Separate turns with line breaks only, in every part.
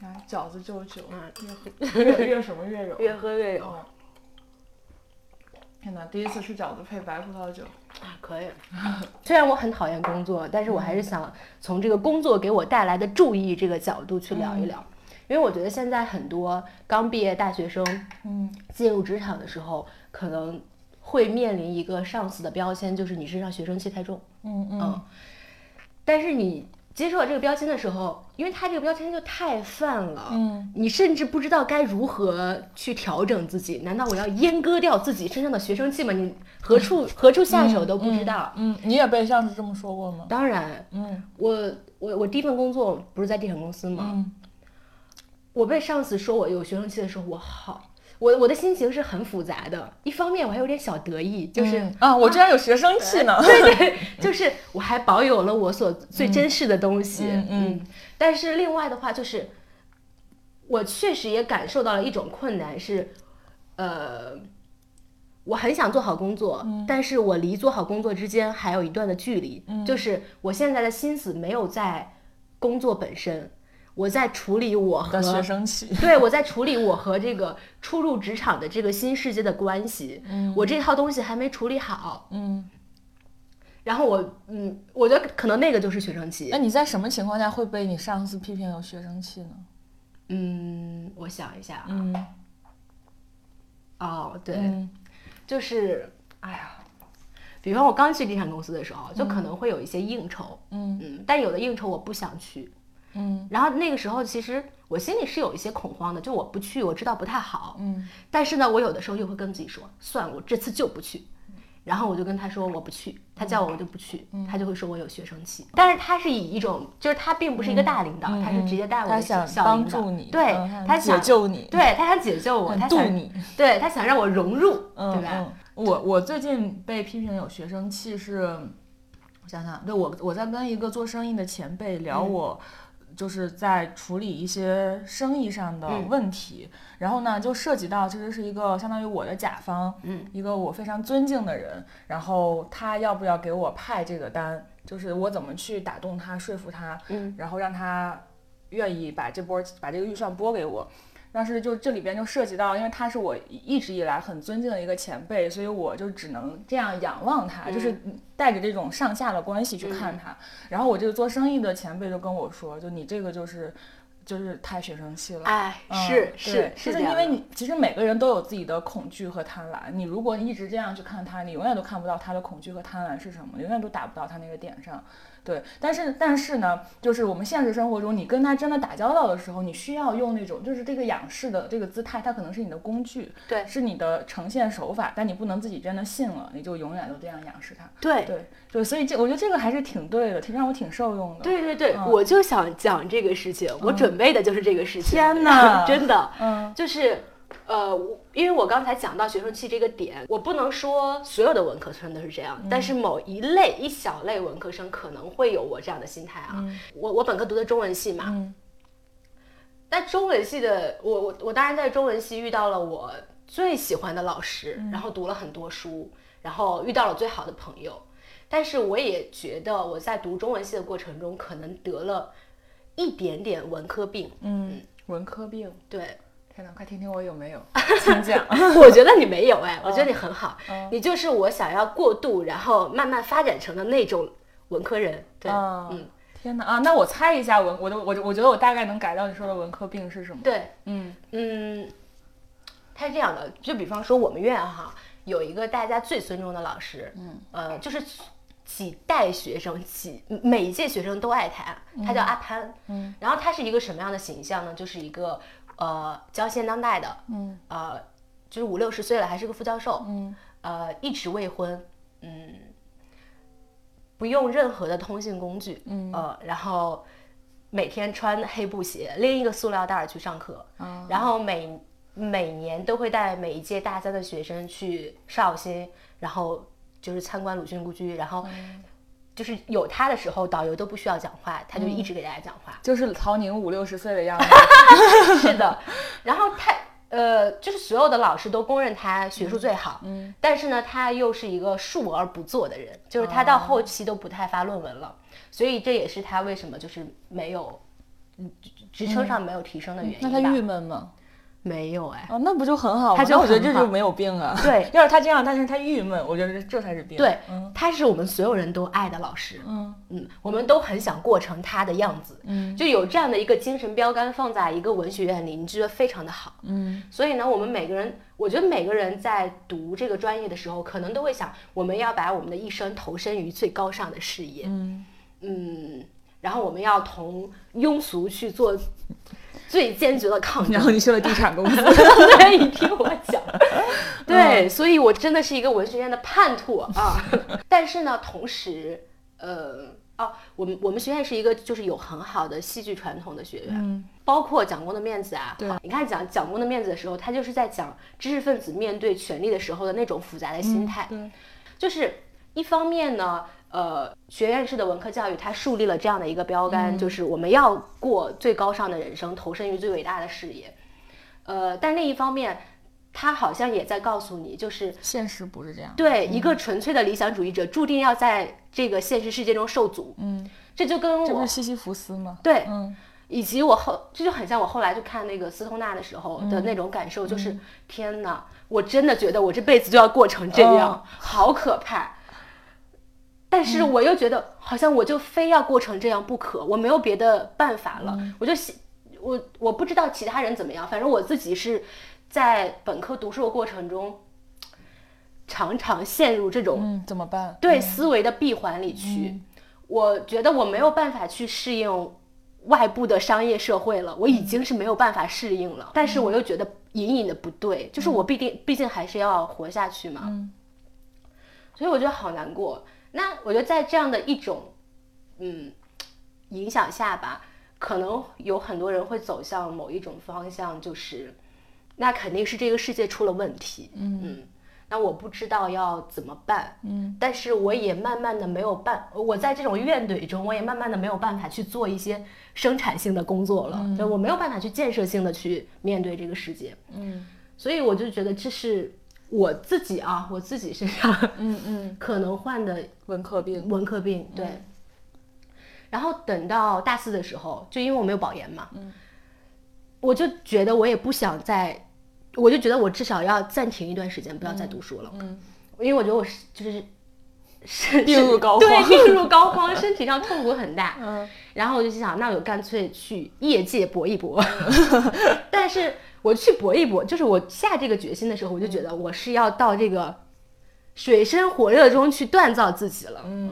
啊饺子就是酒，
嗯
越喝越越什么越有。
越喝越有，
嗯。天哪，第一次吃饺子配白葡萄酒，
啊可以，
虽然我很讨厌工作，但是我还是想从这个工作给我带来的注意这个角度去聊一聊，因为我觉得现在很多刚毕业大学生
嗯
进入职场的时候，可能会面临一个上司的标签，就是你身上学生气太重。
嗯
嗯，但是你接受到这个标签的时候，因为它这个标签就太泛了，
嗯，
你甚至不知道该如何去调整自己。难道我要阉割掉自己身上的学生气吗？你何处何处下手都不知道。
嗯，你也被上司这么说过吗？
当然，
嗯
我我我第一份工作不是在地产公司吗？
嗯
我被上司说我有学生气的时候，我好，我我的心情是很复杂的。一方面我还有点小得意，就是、 哎
嗯啊，我居然有学生气呢。
就是我还保有了我所最珍视的东西，
嗯嗯
但是另外的话就是，我确实也感受到了一种困难是，呃，我很想做好工作，
嗯
但是我离做好工作之间还有一段的距离，
嗯
就是我现在的心思没有在工作本身，我在处理我和
的学生气，
对，我在处理我和这个初入职场的这个新世界的关系，我这套东西还没处理好，
嗯，
然后我，嗯，我觉得可能那个就是学生气
那。你在什么情况下会被你上司批评有学生气呢？
嗯，我想一下啊，
嗯，
哦，对，
嗯
就是，哎呀，比方我刚去地产公司的时候，就可能会有一些应酬，
嗯
嗯，但有的应酬我不想去，
嗯
然后那个时候其实我心里是有一些恐慌的，就我不去，我知道不太好，
嗯
但是呢，我有的时候又会跟自己说，算了，我这次就不去。然后我就跟他说我
嗯
不去，他叫我我就不去，他就会说我有学生气。但是他是以一种，就是他并不是一个大领导，
嗯
他是直接带我
他
的
想
小小
帮
领导
助你
对
嗯他，
他
解
想
救你
对他想解救我，
嗯
他
渡
想
你，
对他想让我融入，
嗯，
对吧？
嗯我我最近被批评有学生气是，我想想，对我我在跟一个做生意的前辈聊
嗯
我。就是在处理一些生意上的
嗯
问题，然后呢，就涉及到其实是一个相当于我的甲方，
嗯，
一个我非常尊敬的人，然后他要不要给我派这个单，就是我怎么去打动他、说服他，
嗯，
然后让他愿意把这波把这个预算拨给我。但是就这里边就涉及到，因为他是我一直以来很尊敬的一个前辈，所以我就只能这样仰望他，就是带着这种上下的关系去看他。然后我这个做生意的前辈就跟我说，就你这个就是就是太学生气了。
哎，
嗯
是
对就
是
是是
这样
因
的
为你其实每个人都有自己的恐惧和贪婪，你如果一直这样去看他，你永远都看不到他的恐惧和贪婪是什么，你永远都打不到他那个点上。对，但是但是呢，就是我们现实生活中，你跟他真的打交道的时候，你需要用那种就是这个仰视的这个姿态，它可能是你的工具，
对
是你的呈现手法，但你不能自己真的信了，你就永远都这样仰视他。
对
对对，所以这我觉得这个还是挺对的，挺让我挺受用的。
对对对，
嗯
我就想讲这个事情，我准备的就是这个事情。
天哪
真的，
嗯
就是。呃，我因为我刚才讲到学生气这个点，我不能说所有的文科生都是这样，
嗯
但是某一类一小类文科生可能会有我这样的心态啊。我我本科读的中文系嘛，
嗯
但中文系的我我我当然在中文系遇到了我最喜欢的老师，
嗯
然后读了很多书，然后遇到了最好的朋友。但是我也觉得我在读中文系的过程中，可能得了一点点文科病。
嗯，文科病。
对，
天哪，快听听我有没有， 请讲。
我觉得你没有哎，我觉得你很好，你就是我想要过渡，然后慢慢发展成的那种文科人。对，
啊
嗯，
天哪啊！那我猜一下文，我的我的我觉得我大概能改到你说的文科病是什么。，
对，
嗯
嗯，他是这样的，就比方说我们院哈有一个大家最尊重的老师，嗯，呃，就是几代学生，几每一届学生都爱他，他叫阿潘，嗯，然后他是一个什么样的形象呢？就是一个呃教现当代的，
嗯
呃，就是五六十岁了还是个副教授，
嗯
呃，一直未婚，嗯，不用任何的通信工具，
嗯
呃，然后每天穿黑布鞋，拎一个塑料袋儿去上课，
嗯哦
然后每每年都会带每一届大三的学生去绍兴，然后就是参观鲁迅故居，然后就是有他的时候，导游都不需要讲话，他就一直给大家讲话。
就是曹宁五六十岁的样 子。
是的，然后他呃，就是所有的老师都公认他学术最好，嗯，但是呢，他又是一个述而不作的
哦
人，就是他到后期都不太发论文了，所以这也是他为什么就是没有嗯职称上没有提升的原因吧。
嗯那他郁闷吗？
没有哎，
哦，那不就很好吗？
他就
那我觉得
很
这
好
就没有病 啊。
对
要是他这样，但是他郁闷，我觉得这这才是病。
对
嗯，
他是我们所有人都爱的老师，
嗯
嗯，我们都很想过成他的样子，
嗯
就有这样的一个精神标杆放在一个文学院里，你觉得非常的好。
嗯
所以呢，我们每个人，我觉得每个人在读这个专业的时候，可能都会想，我们要把我们的一生投身于最高尚的事业，
嗯，
嗯，然后我们要同庸俗去做最坚决的抗 争。
然后你去了地产公司，
对，你听我 讲，
嗯
对，所以我真的是一个文学院的叛徒啊。 但是呢，同时，呃，哦，我们我们学院是一个就是有很好的戏剧传统的学院，
嗯
包括蒋公的面子啊。
对
你看讲蒋公的面子的时候，他就是在讲知识分子面对权力的时候的那种复杂的心态，
嗯对，
就是一方面呢。呃，学院式的文科教育，它树立了这样的一个标杆，就是我们要过最高尚的人生，投身于最伟大的事业。呃，但另一方面，它好像也在告诉你，就是
现实不是这样。
对一个纯粹的理想主义者，注定要在这个现实世界中受阻。
嗯，
这就跟
这不
我
是西西弗斯吗？
对，
嗯
以及我后这就很像我后来去看那个斯通纳的时候的那种感受，就是、天哪，我真的觉得我这辈子就要过成这样，
哦
好可怕。但是我又觉得、好像我就非要过成这样不可，我没有别的办法了，我就希我我不知道其他人怎么样，反正我自己是在本科读书的过程中，常常陷入这种
嗯，怎么办？
对思维的闭环里去。我觉得我没有办法去适应外部的商业社会了，我已经是没有办法适应
嗯
了。但是我又觉得隐隐的不对，就是我必定毕竟还是要活下去嘛。
嗯
所以我觉得好难过。那我觉得在这样的一种嗯影响下吧，可能有很多人会走向某一种方向，就是那肯定是这个世界出了问题。嗯那我不知道要怎么办。
嗯，
但是我也慢慢的没有办，我在这种怨怼中，我也慢慢的没有办法去做一些生产性的工作了，就我没有办法去建设性的去面对这个世界。
嗯
所以我就觉得这是我自己啊，我自己身上
嗯嗯，
可能患的
文科病。
文科病，
嗯
对。然后等到大四的时候，就因为我没有保研嘛，
嗯
我就觉得我也不想再，我就觉得我至少要暂停一段时间，不要再读书了，
嗯
因为我觉得我是就是是
病入膏
对，
肓
病入膏肓，身体上痛苦 很大。
嗯
然后我就心想，那我干脆去业界搏一搏。 但是我去搏一搏，就是我下这个决心的时候，我就觉得我是要到这个水深火热中去锻造自己了。嗯。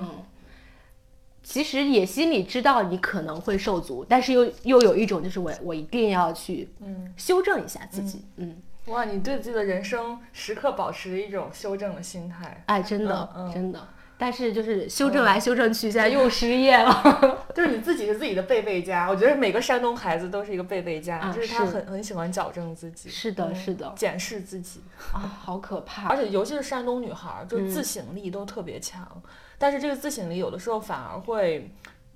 其实也心里知道你可能会受阻，但是又又有一种就是我我一定要去
嗯，
修正一下自己，嗯，
哇，你对自己的人生时刻保持一种修正的心态，
哎，真的、
嗯嗯嗯
真的，但是就是修正来修正去，现在又失业了，
就是你自己是自己的贝贝家。我觉得每个山东孩子都是一个贝贝家，
嗯啊
就是他
是
很很喜欢矫正自己，
是的
嗯
是的
检视自己。
啊，好可怕，
而且尤其是山东女孩儿，就自省力都特别强，
嗯
但是这个自省力有的时候反而会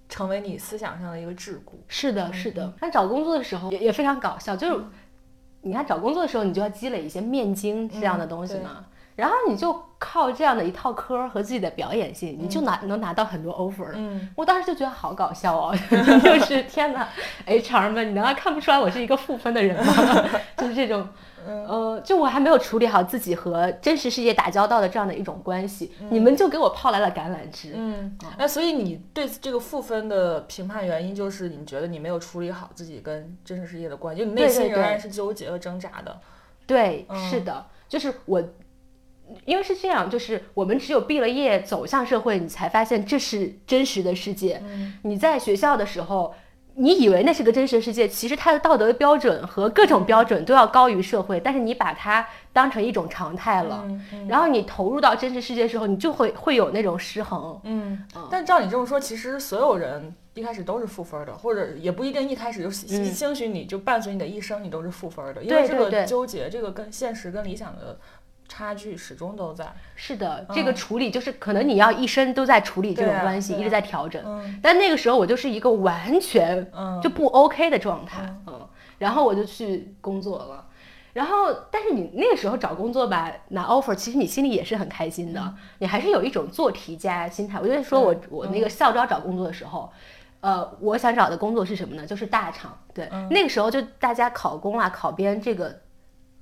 成为你思想上的一个桎梏。
是的，是的。但找工作的时候也也非常搞笑，就是你看找工作的时候，你就要积累一些面经这样的东西嘛。然后你就靠这样的一套嗑儿和自己的表演性，你就拿能拿到很多 offer 了。
嗯，
我当时就觉得好搞笑哦， 就是天哪，HR 们，你难道看不出来我是一个负分的人吗？ 就是这种，呃，就我还没有处理好自己和真实世界打交道的这样的一种关系，你们就给我泡来了橄榄枝。
嗯，那所以你对这个负分的评判原因，就是你觉得你没有处理好自己跟真实世界的关系，就你内
对
心
对
仍然
对
是纠结和挣扎的。
对，
嗯
是的，就是我，因为是这样，就是我们只有毕了业走向社会，你才发现这是真实的世界。你在学校的时候，你以为那是个真实世界，其实它的道德标准和各种标准都要高于社会，但是你把它当成一种常态了。然后你投入到真实世界的时候，你就会会有那种失衡。
嗯，但照你这么说，其实所有人一开始都是负分的，或者也不一定一开始就兴
嗯
兴许你就伴随你的一生，你都是负分的，因
对
为这
对
个
对
纠结，这个跟现实跟理想的差距始终都在。
是的，这个处理就是可能你要一生都在处理
嗯
这
对
种
啊
关系，
对
一
啊
直在调整。
嗯
但那个时候我就是一个完全
嗯
就不 OK 的状态，嗯，然后我就去工作了。然后，但是你那个时候找工作吧，拿 offer，其实你心里也是很开
嗯
心的，你还是有一种做题家心态。我就说我、我那个校招找工作的时候，呃，我想找的工作是什么呢？就是大厂。对，
嗯
那个时候就大家考公啊、考编这个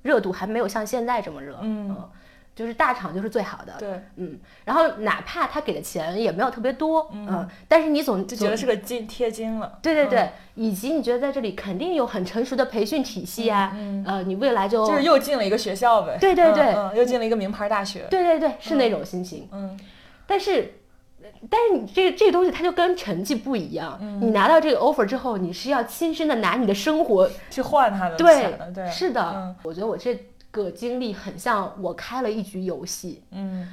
热度还没有像现在这么热。
嗯
呃就是大厂就是最好的。
对，
嗯，然后哪怕他给的钱也没有特别多，嗯，但是你总
就觉
总
得是嗯个金贴金了。
对对对，以及你觉得在这里肯定有很成熟的培训体系啊，呃，你未来就
嗯就是又进了一个学校呗，
对对
嗯
对
嗯又进了一个名牌大学，
对对对，是那种心情。
嗯，
但是，但是你这这东西它就跟成绩不一样，
嗯
你拿到这个 offer 之后，你是要亲身的拿你的生活，
去换他的
对
钱了，对，
是的，
嗯
我觉得我这个经历很像我开了一局游戏，
嗯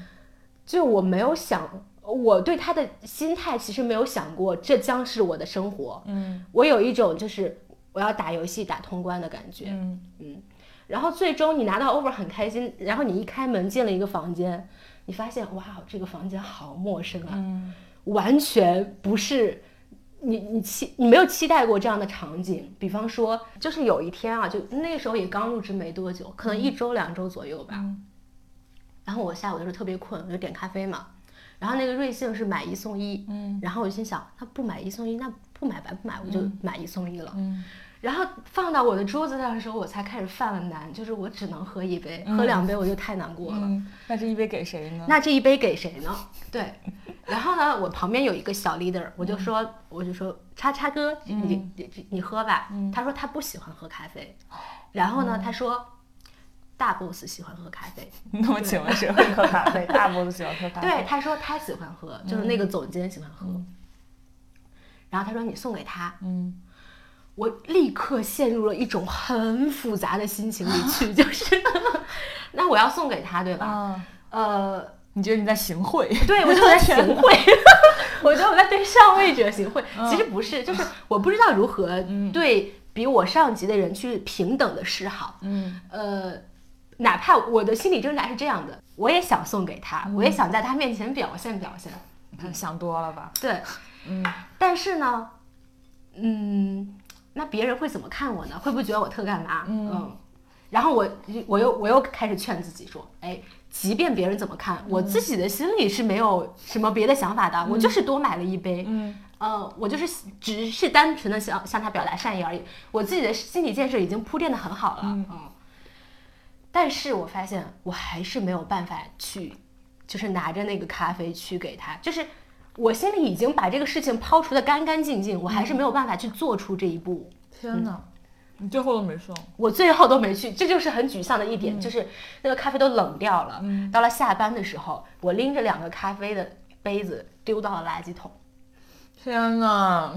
就我没有想。我对他的心态其实没有想过，这将是我的生活。
嗯
我有一种就是我要打游戏打通关的感觉。
嗯
然后最终你拿到 offer 很开心，然后你一开门进了一个房间，你发现哇，这个房间好陌生啊，
嗯
完全不是你你期你没有期待过这样的场景。比方说，就是有一天啊，就那时候也刚入职没多久，可能一周两周左右吧。
嗯
然后我下午就是特别困，我就点咖啡嘛。然后那个瑞幸是买一送一，
嗯
然后我就心想，那不买一送一，那不买白不买，我就买一送一了。
嗯，
然后放到我的桌子上的时候，我才开始犯了难，就是我只能喝一杯，喝两杯我就太难过了。
嗯那这一杯给谁呢？
那这一杯给谁呢？嗯 对，然后呢，我旁边有一个小 leader，我就说，我就说，叉叉哥，你你你你喝吧。他说他不喜欢喝咖啡，然后呢，他说，大 boss 喜欢喝咖啡，
那我请问谁会喝咖 啡？大部分喜欢喝咖啡，
对，他说他喜欢喝，就是那个总监喜欢喝。然后他说你送给他，
嗯，
我立刻陷入了一种很复杂的心情里去， 就是，那我要送给他，对吧？
啊，
呃，
你觉得你在行贿？
对我就 在行贿，我觉得我在对上位者行贿，其实不是，就是我不知道如何对比我上级的人去平等的示好。
嗯
呃，哪怕我的心理挣扎是这样的，我也想送给他，我也想在他面前表现表现。
想多了吧？
对，
嗯
但是呢，嗯，那别人会怎么看我呢？会不会觉得我特干嘛？嗯。然后我我又我又开始劝自己说，哎，即便别人怎么看，我
嗯
自己的心里是没有什么别的想法的，我就是多买了一杯，
嗯
呃，我就是只是单纯的想向他表达善意而已，我自己的心理建设已经铺垫的很好了，嗯但是我发现我还是没有办法去，就是拿着那个咖啡去给他，就是我心里已经把这个事情抛除的干干净净，我还是没有办法去做出这一步，
天哪，你最后都没送，
我最后都没去，这就是很沮丧的一点，就是那个咖啡都冷掉了。到了下班的时候，我拎着两个咖啡的杯子丢到了垃圾桶，
天哪，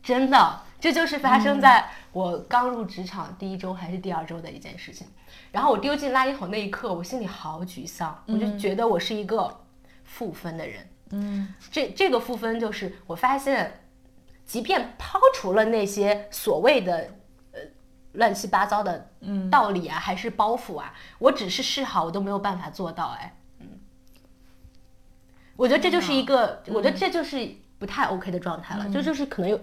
真的，这就是发生在我刚入职场第一周还是第二周的一件事情。然后我丢进垃圾桶那一刻，我心里好沮丧，我就觉得我是一个负分的人。
嗯
这这个负分就是我发现，即便抛除了那些所谓的呃乱七八糟的道理啊，还是包袱啊，我只是示好，我都没有办法做到。哎，嗯，我觉得这就是一个，我觉得这就是不太 OK 的状态了，这就是可能有。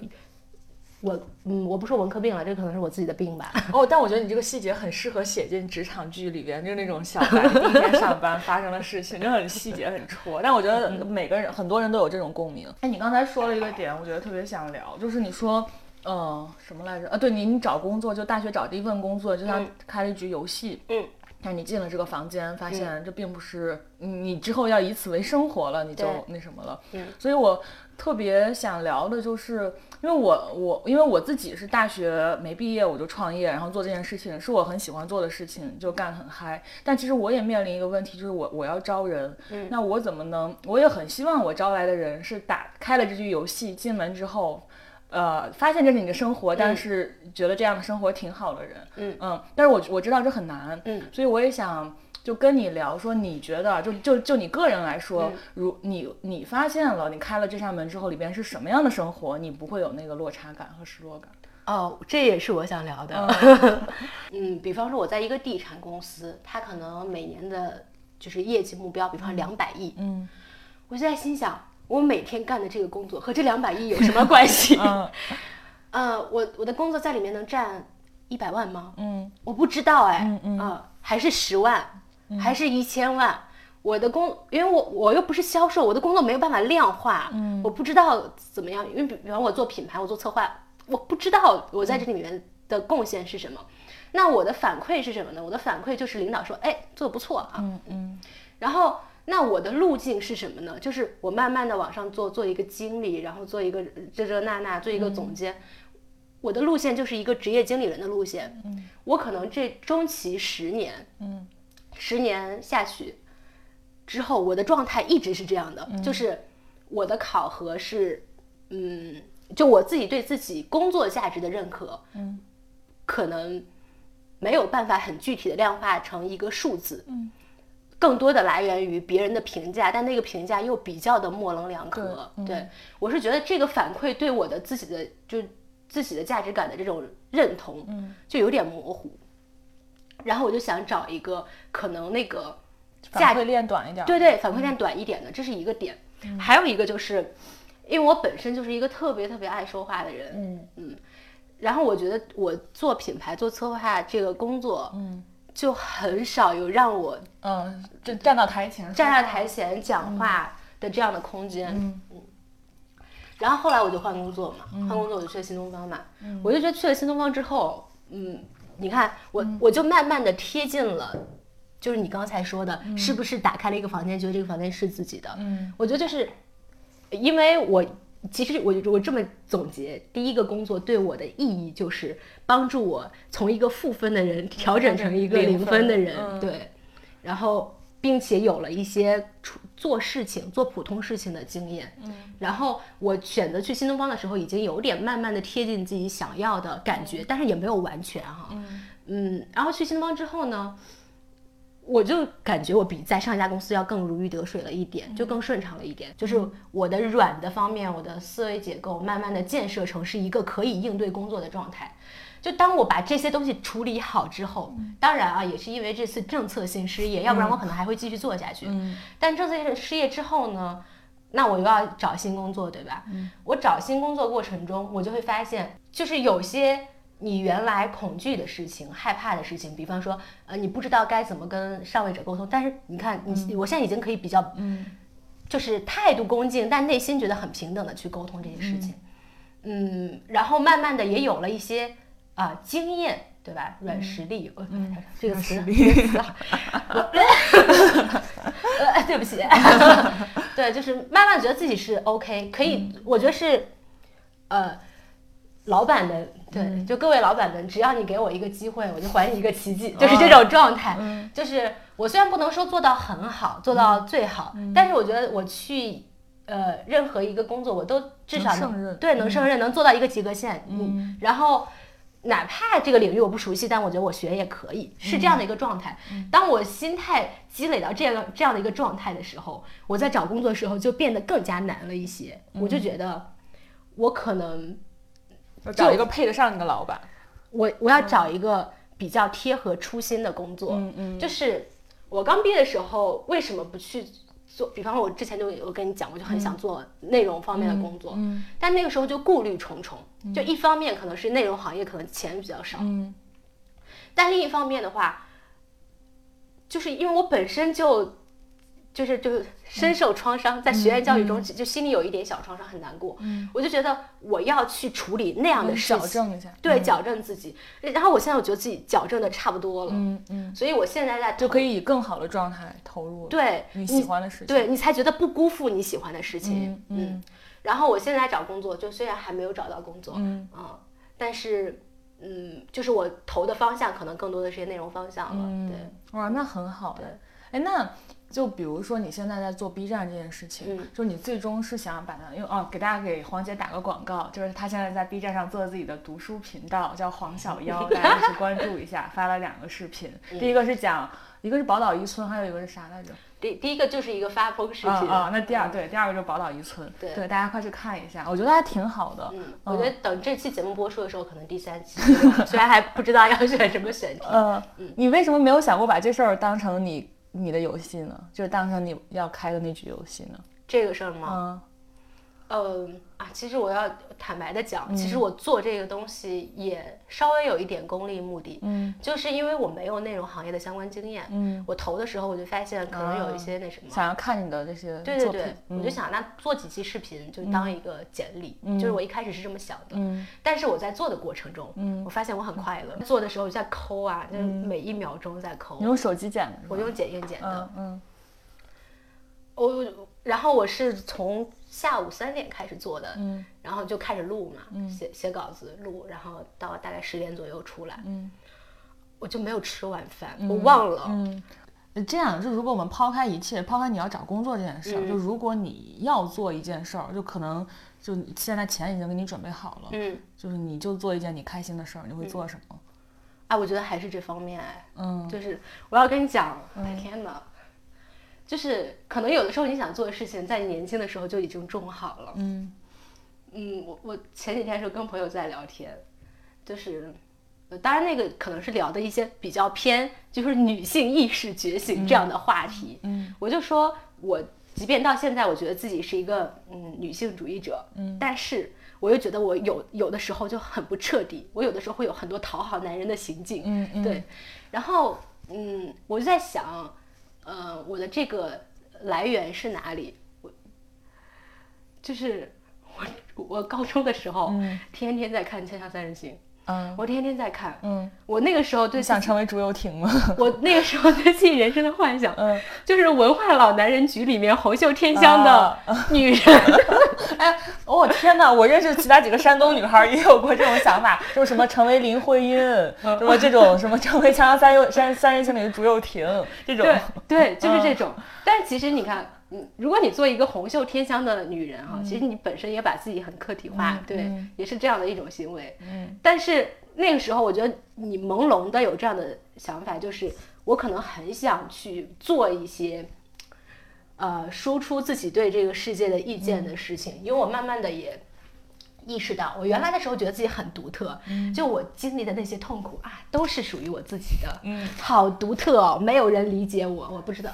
我嗯，我不说文科病了，这可能是我自己的病吧。
哦，但我觉得你这个细节很适合写进职场剧里边，就是那种小白第一天上班发生的事情，就很细节很戳。但我觉得每个人很多人都有这种共鸣。哎，你刚才说了一个点，我觉得特别想聊，就是你说。嗯，什么来着？啊，对你，你找工作就大学找第一份工作，就像开了一局游戏。
嗯，
但你进了这个房间，发现这并不是你你之后要以此为生活了，你就
对
那什么了。
嗯
所以我特别想聊的就是，因为我我因为我自己是大学没毕业我就创业，然后做这件事情是我很喜欢做的事情，就干很嗨。但其实我也面临一个问题，就是我我要招人，
嗯
那我怎么能？我也很希望我招来的人是打开了这局游戏，进门之后。呃，发现这是你的生活，但是觉得这样的生活挺好的人，
嗯
但是我我知道这很难，
嗯
所以我也想就跟你聊说，你觉得就就就你个人来说，如你你发现了你开了这扇门之后，里边是什么样的生活，你不会有那个落差感和失落感？
哦，这也是我想聊的。 嗯，比方说我在一个地产公司，它可能每年的就是业绩目标，比方两百亿，
嗯
我就在心想，我每天干的这个工作和这两百亿有什么关系？
嗯
呃，我我的工作在里面能占一百万吗？
嗯
我不知道哎，
嗯嗯嗯
啊还是十万，还是一千万，我的工，因为我我又不是销售，我的工作没有办法量化，嗯，我不知道怎么样，因为比比方我做品牌，我做策划，我不知道我在这里面的贡献是什么。那我的反馈是什么呢？我的反馈就是领导说，哎，做的不错啊，
嗯嗯
然后，那我的路径是什么呢？就是我慢慢的往上做，做一个经理，然后做一个这这那那，做一个总监。我的路线就是一个职业经理人的路线。我可能这中期十年，
嗯，
十年下去之后，我的状态一直是这样的，
嗯
就是我的考核是，嗯，就我自己对自己工作价值的认可，
嗯，
可能没有办法很具体的量化成一个数字，
嗯，
更多的来源于别人的评价，但那个评价又比较的模棱两可，
对嗯
我是觉得这个反馈对我的自己的就自己的价值感的这种认同，
嗯，
就有点模糊。然后我就想找一个可能那个价
反馈链短一点儿，
对对，反馈链短一点的，这是一个点。
嗯
还有一个就是，因为我本身就是一个特别特别爱说话的人，
嗯
然后我觉得我做品牌、做策划这个工作，
嗯
就很少有让我
嗯，站站到台前，
站在台，前讲话的这样的空间。
嗯
然后后来我就换工作嘛，换工作我就去了新东方嘛，
嗯
我就觉得去了新东方之后，嗯，你看我、
嗯
我就慢慢的贴近了，就是你刚才说的，是不是打开了一个房间，觉得这个房间是自己的？
嗯
我觉得就是因为我其实我我这么总结，第一个工作对我的意义就是帮助我从一个负分的人调整成一个
零
零分的人，
分嗯
对，然后并且有了一些处做事情、做普通事情的经验。
嗯
然后我选择去新东方的时候，已经有点慢慢的贴近自己想要的感觉，但是也没有完全哈、嗯，然后去新东方之后呢，我就感觉我比在上一家公司要更如鱼得水了一点，就更顺畅了一点。就是我的软的方面，我的思维结构慢慢的建设成是一个可以应对工作的状态。就当我把这些东西处理好之后，当然啊，也是因为这次政策性失业，要不然我可能还会继续做下去。
嗯
但政策性失业之后呢，那我又要找新工作，对吧？我找新工作过程中，我就会发现，就是有些你原来恐惧的事情、害怕的事情，比方说，呃，你不知道该怎么跟上位者沟通，但是你看，你、我现在已经可以比较，就是态度恭敬，但内心觉得很平等的去沟通这些事情。嗯然后慢慢的也有了一些啊、经验。对吧？软实力，我这个词，这个词啊，我 呃， 对不起，对，就是慢慢觉得自己是 OK，可以，我觉得是，呃，老板们，对，就各位老板们，只要你给我一个机会，我就还你一个奇迹，就是这种状态。就是我虽然不能说做到很好，做到最好，但是我觉得我去呃任何一个工作，我都至少
能胜任嗯
对能胜任，能做到一个及格线。嗯，然后。哪怕这个领域我不熟悉，但我觉得我学也可以，是这
嗯
样的一个状态。当我心态积累到这个这样的一个状态的时候，我在找工作的时候就变得更加难了一些。
嗯
我就觉得，我可能
要找一个配得上你的老板，
我我要找一个比较贴合初心的工作。
嗯嗯
就是我刚毕业的时候，为什么不去做？比方说，我之前就有跟你讲，我就很想做内容方面的工作，
嗯
但那个时候就顾虑重重。就一方面可能是内容行业可能钱比较少，
嗯
但另一方面的话，就是因为我本身就就是就是深受创伤，在学院教育
嗯
中就心里有一点小创伤，很难过。我就觉得我要去处理那样的事
嗯矫
情，
正嗯一下，
对，矫正自己。然后我现在我觉得自己矫正的差不多了，
嗯嗯，
所以我现在在
就
投
可以以更好的状态投入
对
你喜欢的事情，
对你才觉得不辜负你喜欢的事情。
嗯嗯
然后我现在找工作，就虽然还没有找到工作，
嗯
但是嗯，就是我投的方向可能更多的是些内容方向了。对。
嗯，哇，那很好
对
哎。哎，那就比如说你现在在做 B 站这件事情，
嗯
就你最终是想把它，因为哦，给大家给黄姐打个广告，就是她现在在 B 站上做自己的读书频道，叫黄小 妖，大家去关注一下，发了两个视频，
嗯
第一个是讲。一个是宝岛一村，还有一个是啥来着？
第第一个就是一个发 p o 视频嗯
啊啊，那第二对，第二个就是宝岛一村，
对
大家快去看一下，我觉得还挺好的。
嗯，我觉得等这期节目播出的时候，可能第三期 就有了，虽然还不知道要选什么选题。
呃，
嗯
你为什么没有想过把这事儿当成你你的游戏呢？就是当成你要开的那局游戏呢？
这个事儿吗？
嗯，
呃啊，其实我要坦白的讲，其实我做这个东西也稍微有一点功利目的，
嗯
就是因为我没有内容行业的相关经验，
嗯，啊
我投的时候我就发现可能有一些那什么。
想要看你的这些
对对
作品嗯
对，我就想那做几期视频就当一个简历，就是我一开始是这么想的，
嗯
但是我在做的过程中，
嗯
我发现我很快乐。做的时候我就在抠啊，就是每一秒钟在抠
你。用手机剪的是
我
吗，
用剪映剪的，
嗯嗯
我我然后我是从下午三点开始做的，
嗯
然后就开始录嘛，写写稿子录，然后到大概十点左右出来，
嗯
我就没有吃晚饭，我忘了。
嗯。呃这样，就如果我们抛开一切，抛开你要找工作这件事儿，
嗯
就如果你要做一件事儿，就可能就你现在钱已经给你准备好了，
嗯，
就是你就做一件你开心的事儿，你会做什么？
啊，我觉得还是这方面，哎
嗯
就是我要跟你讲，哎天哪，就是可能有的时候你想做的事情，在你年轻的时候就已经种好了。
嗯
嗯，我我前几天的时候跟朋友在聊天，就是，呃当然那个可能是聊的一些比较偏就是女性意识觉醒这样的话题。
嗯
我就说我即便到现在，我觉得自己是一个嗯女性主义者，
嗯
但是我又觉得我有有的时候就很不彻底，我有的时候会有很多讨好男人的行径，
嗯嗯，
对，然后嗯，我就在想，呃，我的这个来源是哪里？我就是我我高中的时候，
嗯
天天在看《锵锵三人行》，
嗯
我天天在看。
嗯，
我那个时候对
你
自
想
己，
成为竹游艇吗？
我那个时候对自己人生的幻想，
嗯，
就是文化老男人局里面红袖添香的
啊
女 人。
哎，我、天哪！我认识其他几个山东女孩也有过这种想法，就是什么成为林徽因，什么这种什么成为《锵锵三人三三人行》里的竹幼婷这种。 嗯
对对，就是这种。但是其实你看，嗯，如果你做一个红袖添香的女人哈、其实你本身也把自己很客体化，
嗯
对、
嗯
也是这样的一种行为。
嗯，
但是那个时候，我觉得你朦胧的有这样的想法，就是我可能很想去做一些。呃，输出自己对这个世界的意见
嗯
的事情，因为我慢慢的也意识到，我原来的时候觉得自己很独特，
嗯
就我经历的那些痛苦啊，都是属于我自己的，
嗯，
好独特哦，没有人理解我，我 不知道，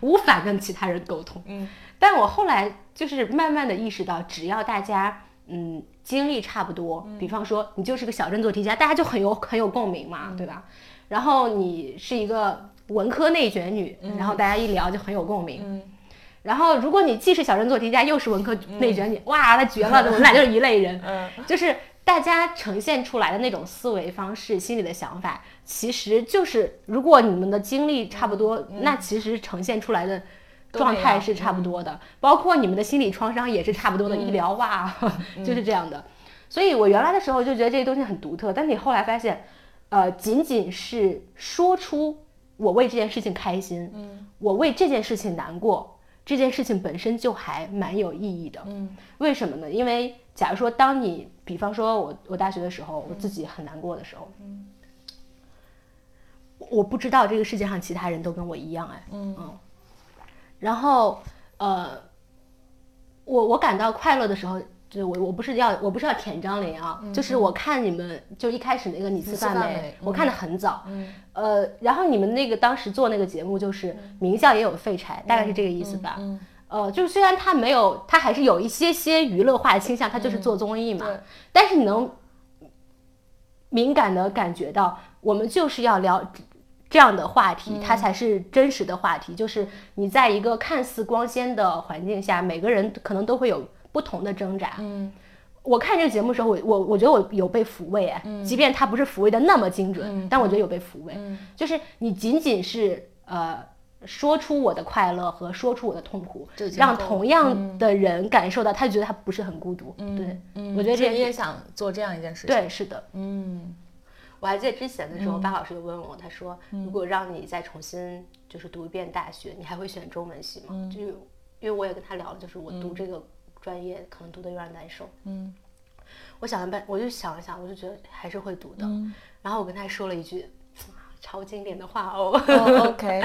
无法跟其他人沟通，
嗯，
但我后来就是慢慢的意识到，只要大家嗯经历差不多，
嗯
比方说你就是个小镇做题家，大家就很有很有共鸣嘛，
嗯
对吧？然后你是一个文科内卷女，然后大家一聊就很有共鸣，
嗯
然后，如果你既是小镇做题家，又是文科内卷，你、哇，那绝了，我们俩就是一类人。
嗯
就是大家呈现出来的那种思维方式、心里的想法，其实就是如果你们的经历差不
嗯
多，那其实呈现出来的状态是差不多的，包括你们的心理创伤也是差不多的。
嗯
医疗哇， 就是这样的。所以我原来的时候就觉得这些东西很独特，但你后来发现，呃，仅仅是说出我为这件事情开心，
嗯
我为这件事情难过，这件事情本身就还蛮有意义的。
嗯
为什么呢？因为假如说，当你比方说我我大学的时候，我自己很难过的时候，我我不知道这个世界上其他人都跟我一样哎，
嗯
然后呃，我我感到快乐的时候。就我我不是要我不是要舔张琳啊，就是我看你们就一开始那个你吃
嗯吃
饭
饭
没，
没
我看的很早，
嗯
呃，然后你们那个当时做那个节目就是名校也有废柴，大概是这个意思吧。
嗯
呃，就是虽然它没有，它还是有一些些娱乐化的倾向，它就是做综艺嘛。
嗯对
但是你能敏感的感觉到，我们就是要聊这样的话题，
嗯
它才是真实的话题。就是你在一个看似光鲜的环境下，每个人可能都会有不同的挣扎。
嗯
我看这个节目的时候，我我我觉得我有被抚慰哎，即便它不是抚慰的那么精准，但我觉得有被抚慰。
嗯
就是你仅仅是呃说出我的快乐和说出我的痛苦
就已，经
让
够了
同样的人感受到，他就觉得他不是很孤独。对，
嗯，
我觉得
就是
这
你也想做这样一件事情。
对是的。
嗯
我还记得之前的时候，巴老师就问我，他说：“如果让你再重新就是读一遍大学，你还会选中文系吗？”就是因为我也跟他聊了，就是我读这个专业可能读的有点难受。
嗯
我想了半，我就想了想，我就觉得还是会读的。
嗯
然后我跟他说了一句超经典的话哦，
哦，OK，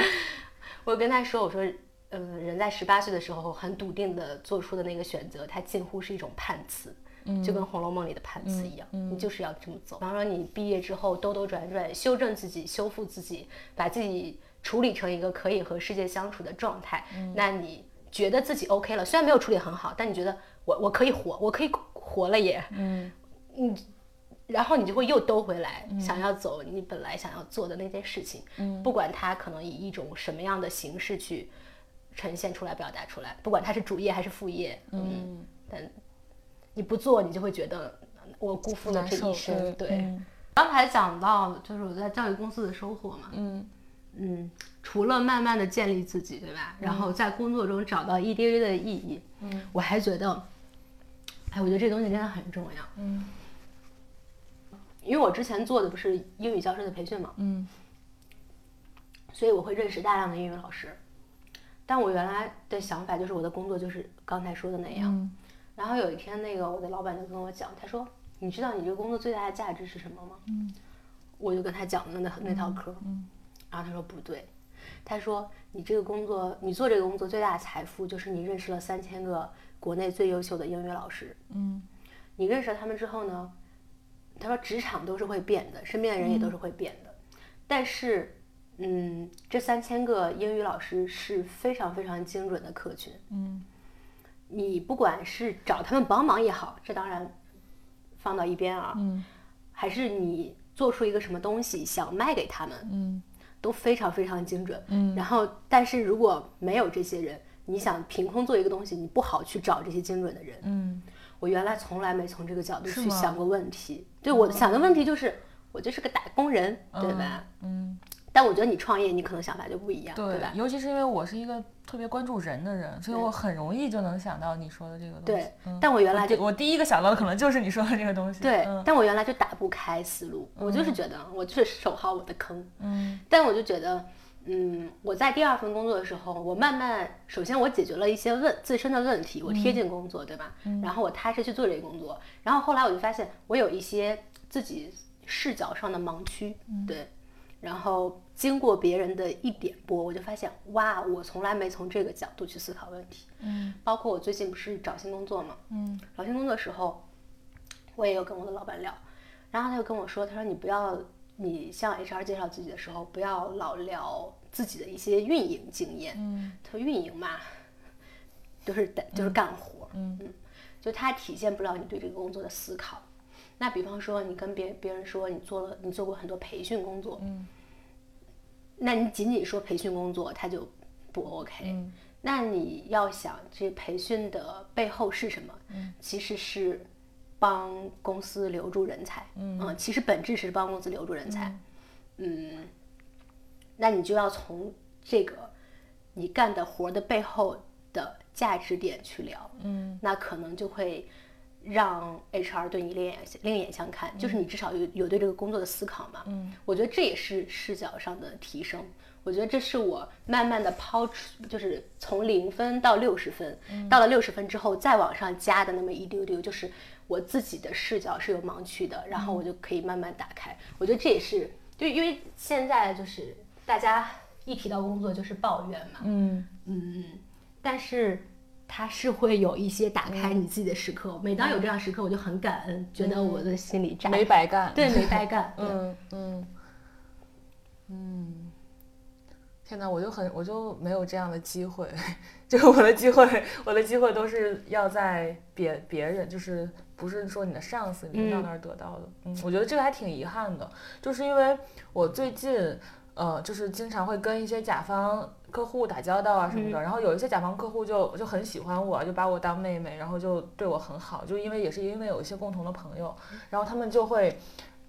我跟他说，我说，嗯，人在十八岁的时候很笃定的做出的那个选择，它近乎是一种判词，就跟《红楼梦》里的判词一样，你就是要这么走。然后让你毕业之后兜兜转转，修正自己，修复自己，把自己处理成一个可以和世界相处的状态，那你觉得自己 OK 了，虽然没有处理很好，但你觉得我我可以活，我可以活了耶。
嗯
然后你就会又兜回来，
嗯
想要走你本来想要做的那件事情，不管它可能以一种什么样的形式去呈现出来、表达出来，不管它是主业还是副业，嗯，
嗯，
但你不做，你就会觉得我辜负了
难
这
受
一生。
对嗯
对，刚才讲到就是我在教育公司的收获嘛，
嗯
嗯，除了慢慢的建立自己，对吧？然后在工作中找到一丢丢的意义，
嗯，
我还觉得，哎，我觉得这东西真的很重要。
嗯
因为我之前做的不是英语教师的培训嘛，
嗯
所以我会认识大量的英语老师。但我原来的想法就是我的工作就是刚才说的那样。
嗯
然后有一天，那个我的老板就跟我讲，他说：“你知道你这个工作最大的价值是什么吗？”
嗯
我就跟他讲了那那套课，
嗯
然后他说不对，他说你这个工作，你做这个工作最大的财富就是你认识了三千个国内最优秀的英语老师，
嗯
你认识了他们之后呢，他说职场都是会变的，身边的人也都是
嗯
会变的，但是，嗯，这三千个英语老师是非常非常精准的客群，
嗯
你不管是找他们帮忙也好，这当然放到一边啊，
嗯
还是你做出一个什么东西想卖给他们，
嗯
都非常非常精准。
嗯
然后，但是如果没有这些人，你想凭空做一个东西，你不好去找这些精准的人。
嗯
我原来从来没从这个角度
是
去
吗嗯
想过问题。对我想的问题就是，我就是个打工人，对吧？
嗯，
但我觉得你创业，你可能想法就不一样，对
对
吧，？
尤其是因为我是一个特别关注人的人，所以我很容易就能想到你说的这个东西。
对
嗯，
但我原来就
对我第一个想到的可能就是你说的这个东西。
对，
嗯
但我原来就打不开思路，我就是觉得我就是守好我的坑，
嗯
但我就觉得，嗯，我在第二份工作的时候，我慢慢，首先我解决了一些问自身的问题，我贴近工作，对吧？然后我踏实去做这个工作，然后后来我就发现我有一些自己视角上的盲区，对。然后经过别人的一点拨，我就发现，哇，我从来没从这个角度去思考问题。
嗯
包括我最近不是找新工作嘛，
嗯
找新工作的时候，我也有跟我的老板聊，然后他就跟我说，他说你不要，你向 HR 介绍自己的时候，不要老聊自己的一些运营经验。
嗯
他说运营嘛， 就是得就是干活，
嗯
就它体现不了你对这个工作的思考。那比方说，你跟别别人说你做了，你做过很多培训工作，
嗯
那你仅仅说培训工作，它就不 OK。
嗯
那你要想这培训的背后是什么？
嗯
其实是帮公司留住人才。
嗯
其实本质是帮公司留住人才。嗯那你就要从这个你干的活儿的背后的价值点去聊，
嗯
那可能就会让 HR 对你另眼另眼相看，就是你至少有有对这个工作的思考嘛。
嗯
我觉得这也是视角上的提升。我觉得这是我慢慢的抛出，就是从零分到六十分，
嗯
到了六十分之后再往上加的那么一丢丢，就是我自己的视角是有盲区的，然后
嗯
我就可以慢慢打开。我觉得这也是，就因为现在就是大家一提到工作就是抱怨嘛，
嗯
嗯，但是它是会有一些打开你自己的时刻。每当有这样时刻，我就很感恩，觉得我的心里炸，
没白干。
对，没白干，对
嗯嗯嗯，天呐，我就很，我就没有这样的机会， 就是我的机会，我的机会都是要在别别人，就是不是说你的上司、领导
嗯
那儿得到的。嗯我觉得这个还挺遗憾的，就是因为我最近。呃，就是经常会跟一些甲方客户打交道啊什么的，然后有一些甲方客户就就很喜欢我，就把我当妹妹，然后就对我很好，就因为也是因为有一些共同的朋友，然后他们就会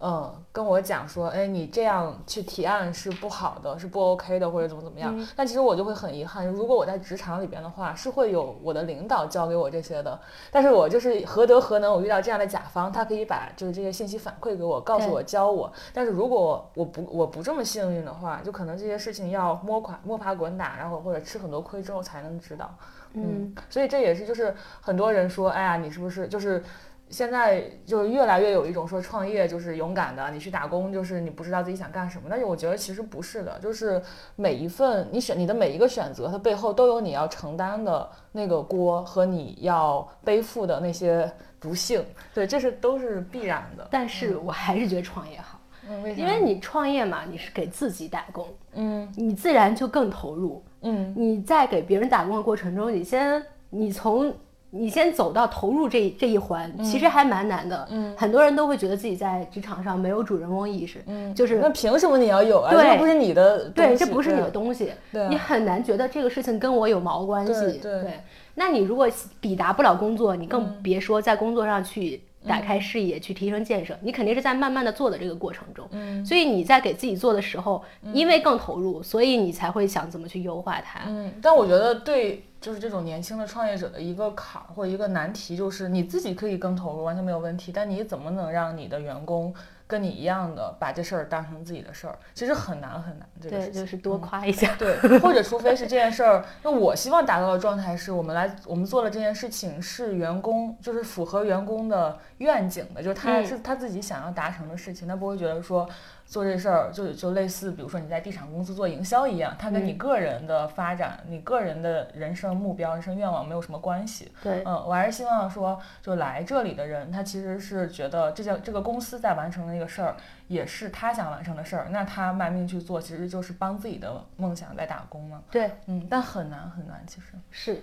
嗯，跟我讲说，哎，你这样去提案是不好的，是不 OK 的，或者怎么怎么样。但其实我就会很遗憾，如果我在职场里边的话，是会有我的领导教给我这些的。但是我就是何德何能，我遇到这样的甲方，他可以把就是这些信息反馈给我，告诉我教我。但是如果我不我不这么幸运的话，就可能这些事情要摸垮摸爬滚打，然后或者吃很多亏之后才能知道。
嗯，
所以这也是就是很多人说，哎呀，你是不是就是现在就是越来越有一种说创业就是勇敢的，你去打工就是你不知道自己想干什么。但是我觉得其实不是的，就是每一份你选你的每一个选择，它背后都有你要承担的那个锅和你要背负的那些不幸，对，这是都是必然的。
但是我还是觉得创业好，
嗯，为啥
因为你创业嘛，你是给自己打工，
嗯
你自然就更投入。
嗯
你在给别人打工的过程中，你先你从你先走到投入这一这一环，其实还蛮难的。嗯，很多人都会觉得自己在职场上没有主人翁意识，嗯，就是
那凭什么你要有啊？
对
这不是你的东
对，
西，
这不是你的东西，
对啊
你很难觉得这个事情跟我有毛关系。
对对
那你如果抵达不了工作，你更别说在工作上去打开视野、去提升建设，你肯定是在慢慢的做的这个过程中。嗯，所以你在给自己做的时候，因为更投入，所以你才会想怎么去优化它。
嗯，但我觉得对，就是这种年轻的创业者的一个坎儿或一个难题，就是你自己可以更投入，完全没有问题，但你怎么能让你的员工跟你一样的把这事儿当成自己的事儿？其实很难很难，这个
对，
事情。
就是多夸一下。
对，或者除非是这件事儿，那我希望达到的状态是我们来，我们做了这件事情是员工，就是符合员工的愿景的，就是他
嗯
是他自己想要达成的事情，他不会觉得说做这事儿就就类似，比如说你在地产公司做营销一样，它跟你个人的发展、你个人的人生目标、人生愿望没有什么关系。
对
嗯，我还是希望说，就来这里的人，他其实是觉得这件这个公司在完成的一个事儿，也是他想完成的事儿，那他卖命去做，其实就是帮自己的梦想在打工嘛。
对，
嗯，但很难很难，其实。嗯
是，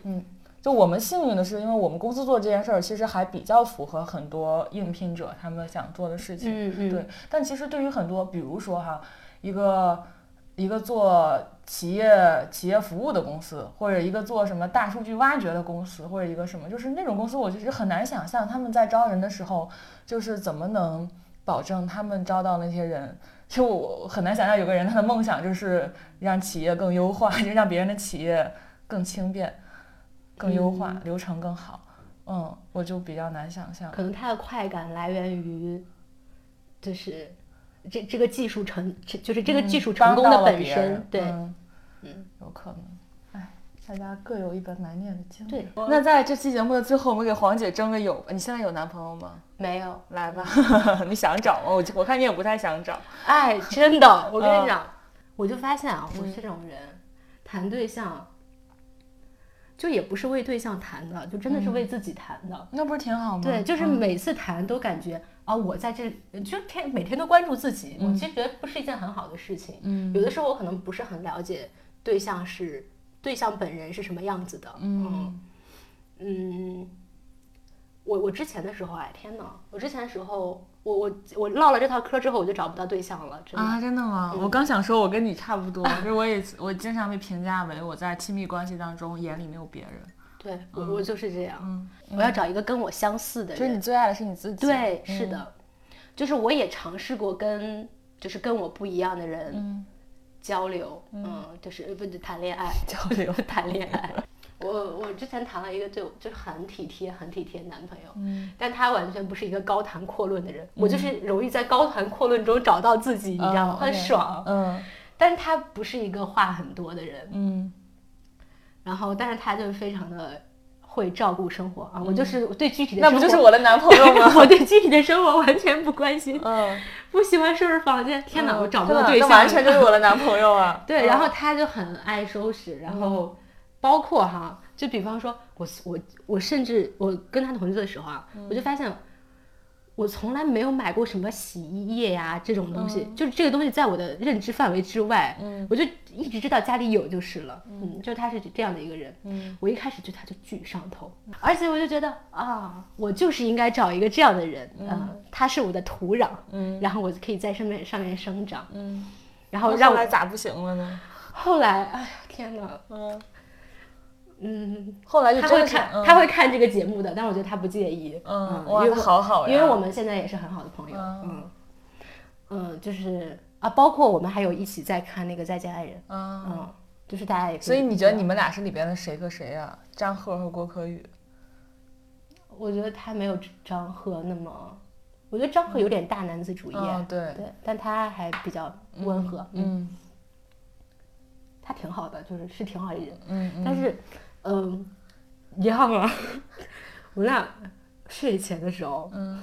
就我们幸运的是，因为我们公司做这件事儿，其实还比较符合很多应聘者他们想做的事情。
嗯嗯，
对，但其实对于很多，比如说哈，一个一个做企业企业服务的公司，或者一个做什么大数据挖掘的公司，或者一个什么，就是那种公司，我就是很难想象他们在招人的时候，就是怎么能保证他们招到那些人。就我很难想象有个人他的梦想就是让企业更优化， 就让别人的企业更轻便、更优化，流程更好。嗯，我就比较难想象。
可能它的快感来源于，就是这这个技术成，这就是这个技术嗯
嗯
成
帮
功
到
的
了
本
别
身，
人
对、
嗯，
嗯
有可能。哎，大家各有一本难念的经。
对，
那在这期节目的最后，我们给黄姐征个友吧。你现在有男朋友吗？
没有，
来吧，
嗯
你想找吗？我我看你也不太想找。
哎，真的，我跟
嗯
你讲，我就发现啊，我这种人、谈对象，就也不是为对象谈的，就真的是为自己谈的。
那不是挺好吗？
对，就是每次谈都感觉啊，我在这就天每天都关注自己，我其实觉得不是一件很好的事情。嗯，有的时候我可能不是很了解对象是对象本人是什么样子的。嗯嗯，我我之前的时候，哎天呐，我之前的时候，我我我唠了这套嗑之后，我就找不到对嗯象了，真的。
啊，真的吗？我刚想说，我跟你差 不多，就是我也我经常被评价为我在亲密关系当中眼里没有别人，
对，我、我就是这样。我要找一个跟我相似的人。
嗯就是你最爱的是你自己。
对，嗯是的，就是我也尝试过跟就是跟我不一样的人交流，嗯，就是不是谈恋爱，交流 谈恋爱。我我之前谈了一个对我就是很体贴、很体贴的男朋友，嗯，但他完全不是一个高谈阔论的人，我就是容易在高谈阔论中找到自己，你知道吗？
嗯
很
，OK
爽，
嗯
但是他不是一个话很多的人，
嗯
然后但是他就非常的会照顾生活啊，我就是对具体的
那
生
不
活，
就是我的男朋友 吗？
我对具体的生活完全不关心，
嗯，
不喜欢收拾房间，天哪，我找不
真
到
的
对
嗯啊那
象了，。
完全就是我的男朋友啊
对。然后他就很爱收拾，然后包括哈，就比方说我我我甚至我跟他同居的时候啊，我就发现我从来没有买过什么洗衣液呀、这种东西，就是这个东西在我的认知范围之外，我就一直知道家里有就是了，嗯，就是他是这样的一个人，嗯，我一开始对他就巨上头，而且我就觉得啊，我就是应该找一个这样的人，嗯、他是我的土壤，嗯，然后我可以在上面上面生长，嗯，然后
那
让
后
我
来咋不行了呢？
后来，哎呀，天哪，
嗯，
嗯，
后来就
他
真
会
的是
看，
嗯
他会看这个节目的，但是我觉得他不介意，
嗯
嗯，
哇，
因为
他
我
好好呀，
因为我们现在也是很好的朋友，嗯
嗯，
嗯，就是啊，包括我们还有一起在看那个《再见爱人》，
嗯，
嗯，就是大家也可
所以你觉得你们俩是里边的谁和谁啊？张赫和郭可宇？
我觉得他没有张赫那么，我觉得张赫有点大男子主义，啊
嗯，对，
对，但他还比较温和，嗯，
嗯
他挺好的，就是是挺好的人，
嗯
但是，嗯，你知道
啊
吗？我们俩睡前的时候，
嗯，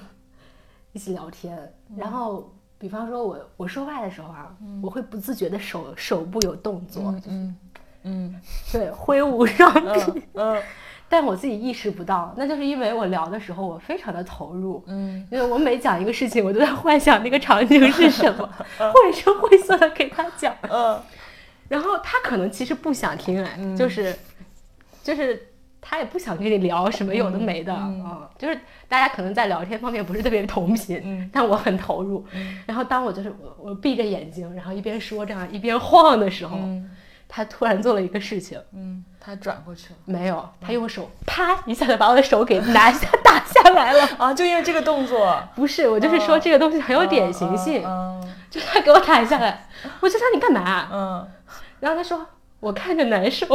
一起聊天，然后比方说我我说话的时候啊，我会不自觉的手手部有动作，
嗯嗯
对，挥舞双臂，
嗯嗯
但我自己意识不到，那就是因为我聊的时候我非常的投入。
嗯，
因为我每讲一个事情，我都在幻想那个场景是什么，或者是晦涩的给他讲，
嗯
然后他可能其实不想听，哎，就是，就是他也不想跟你聊什么有的没的，嗯，就是大家可能在聊天方面不是特别同频，
嗯
但我很投入。然后当我就是我我闭着眼睛，然后一边说这样一边晃的时候，
嗯
他突然做了一个事情，
嗯，他转过去了
没有，他用手啪一下子把我的手给拿下打下来 了。
啊，就因为这个动作
不是，我就是说
哦
这个东西很有典型性，
嗯
就他给我打下来，我就说你干嘛啊、
嗯，
然后他说我看着难受，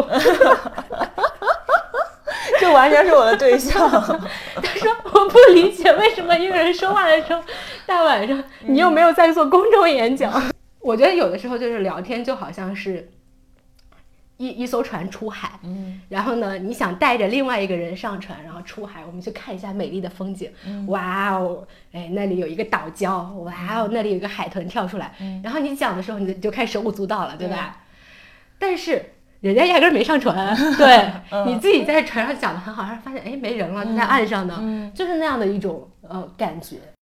这完全是我的对象。
他说我不理解为什么一个人说话的时候，大晚上你又没有在做公众演讲。我觉得有的时候就是聊天就好像是一一艘船出海，
嗯
然后呢，你想带着另外一个人上船，然后出海，我们去看一下美丽的风景。哇哦，哎，那里有一个岛礁，哇哦，那里有一个海豚跳出来。然后你讲的时候，你就你就开始手舞足蹈了，对吧？但是人家压根儿没上船，对、你自己在船上讲的很好，然后发现哎没人了，就在岸上呢，就是那样的一种呃感觉。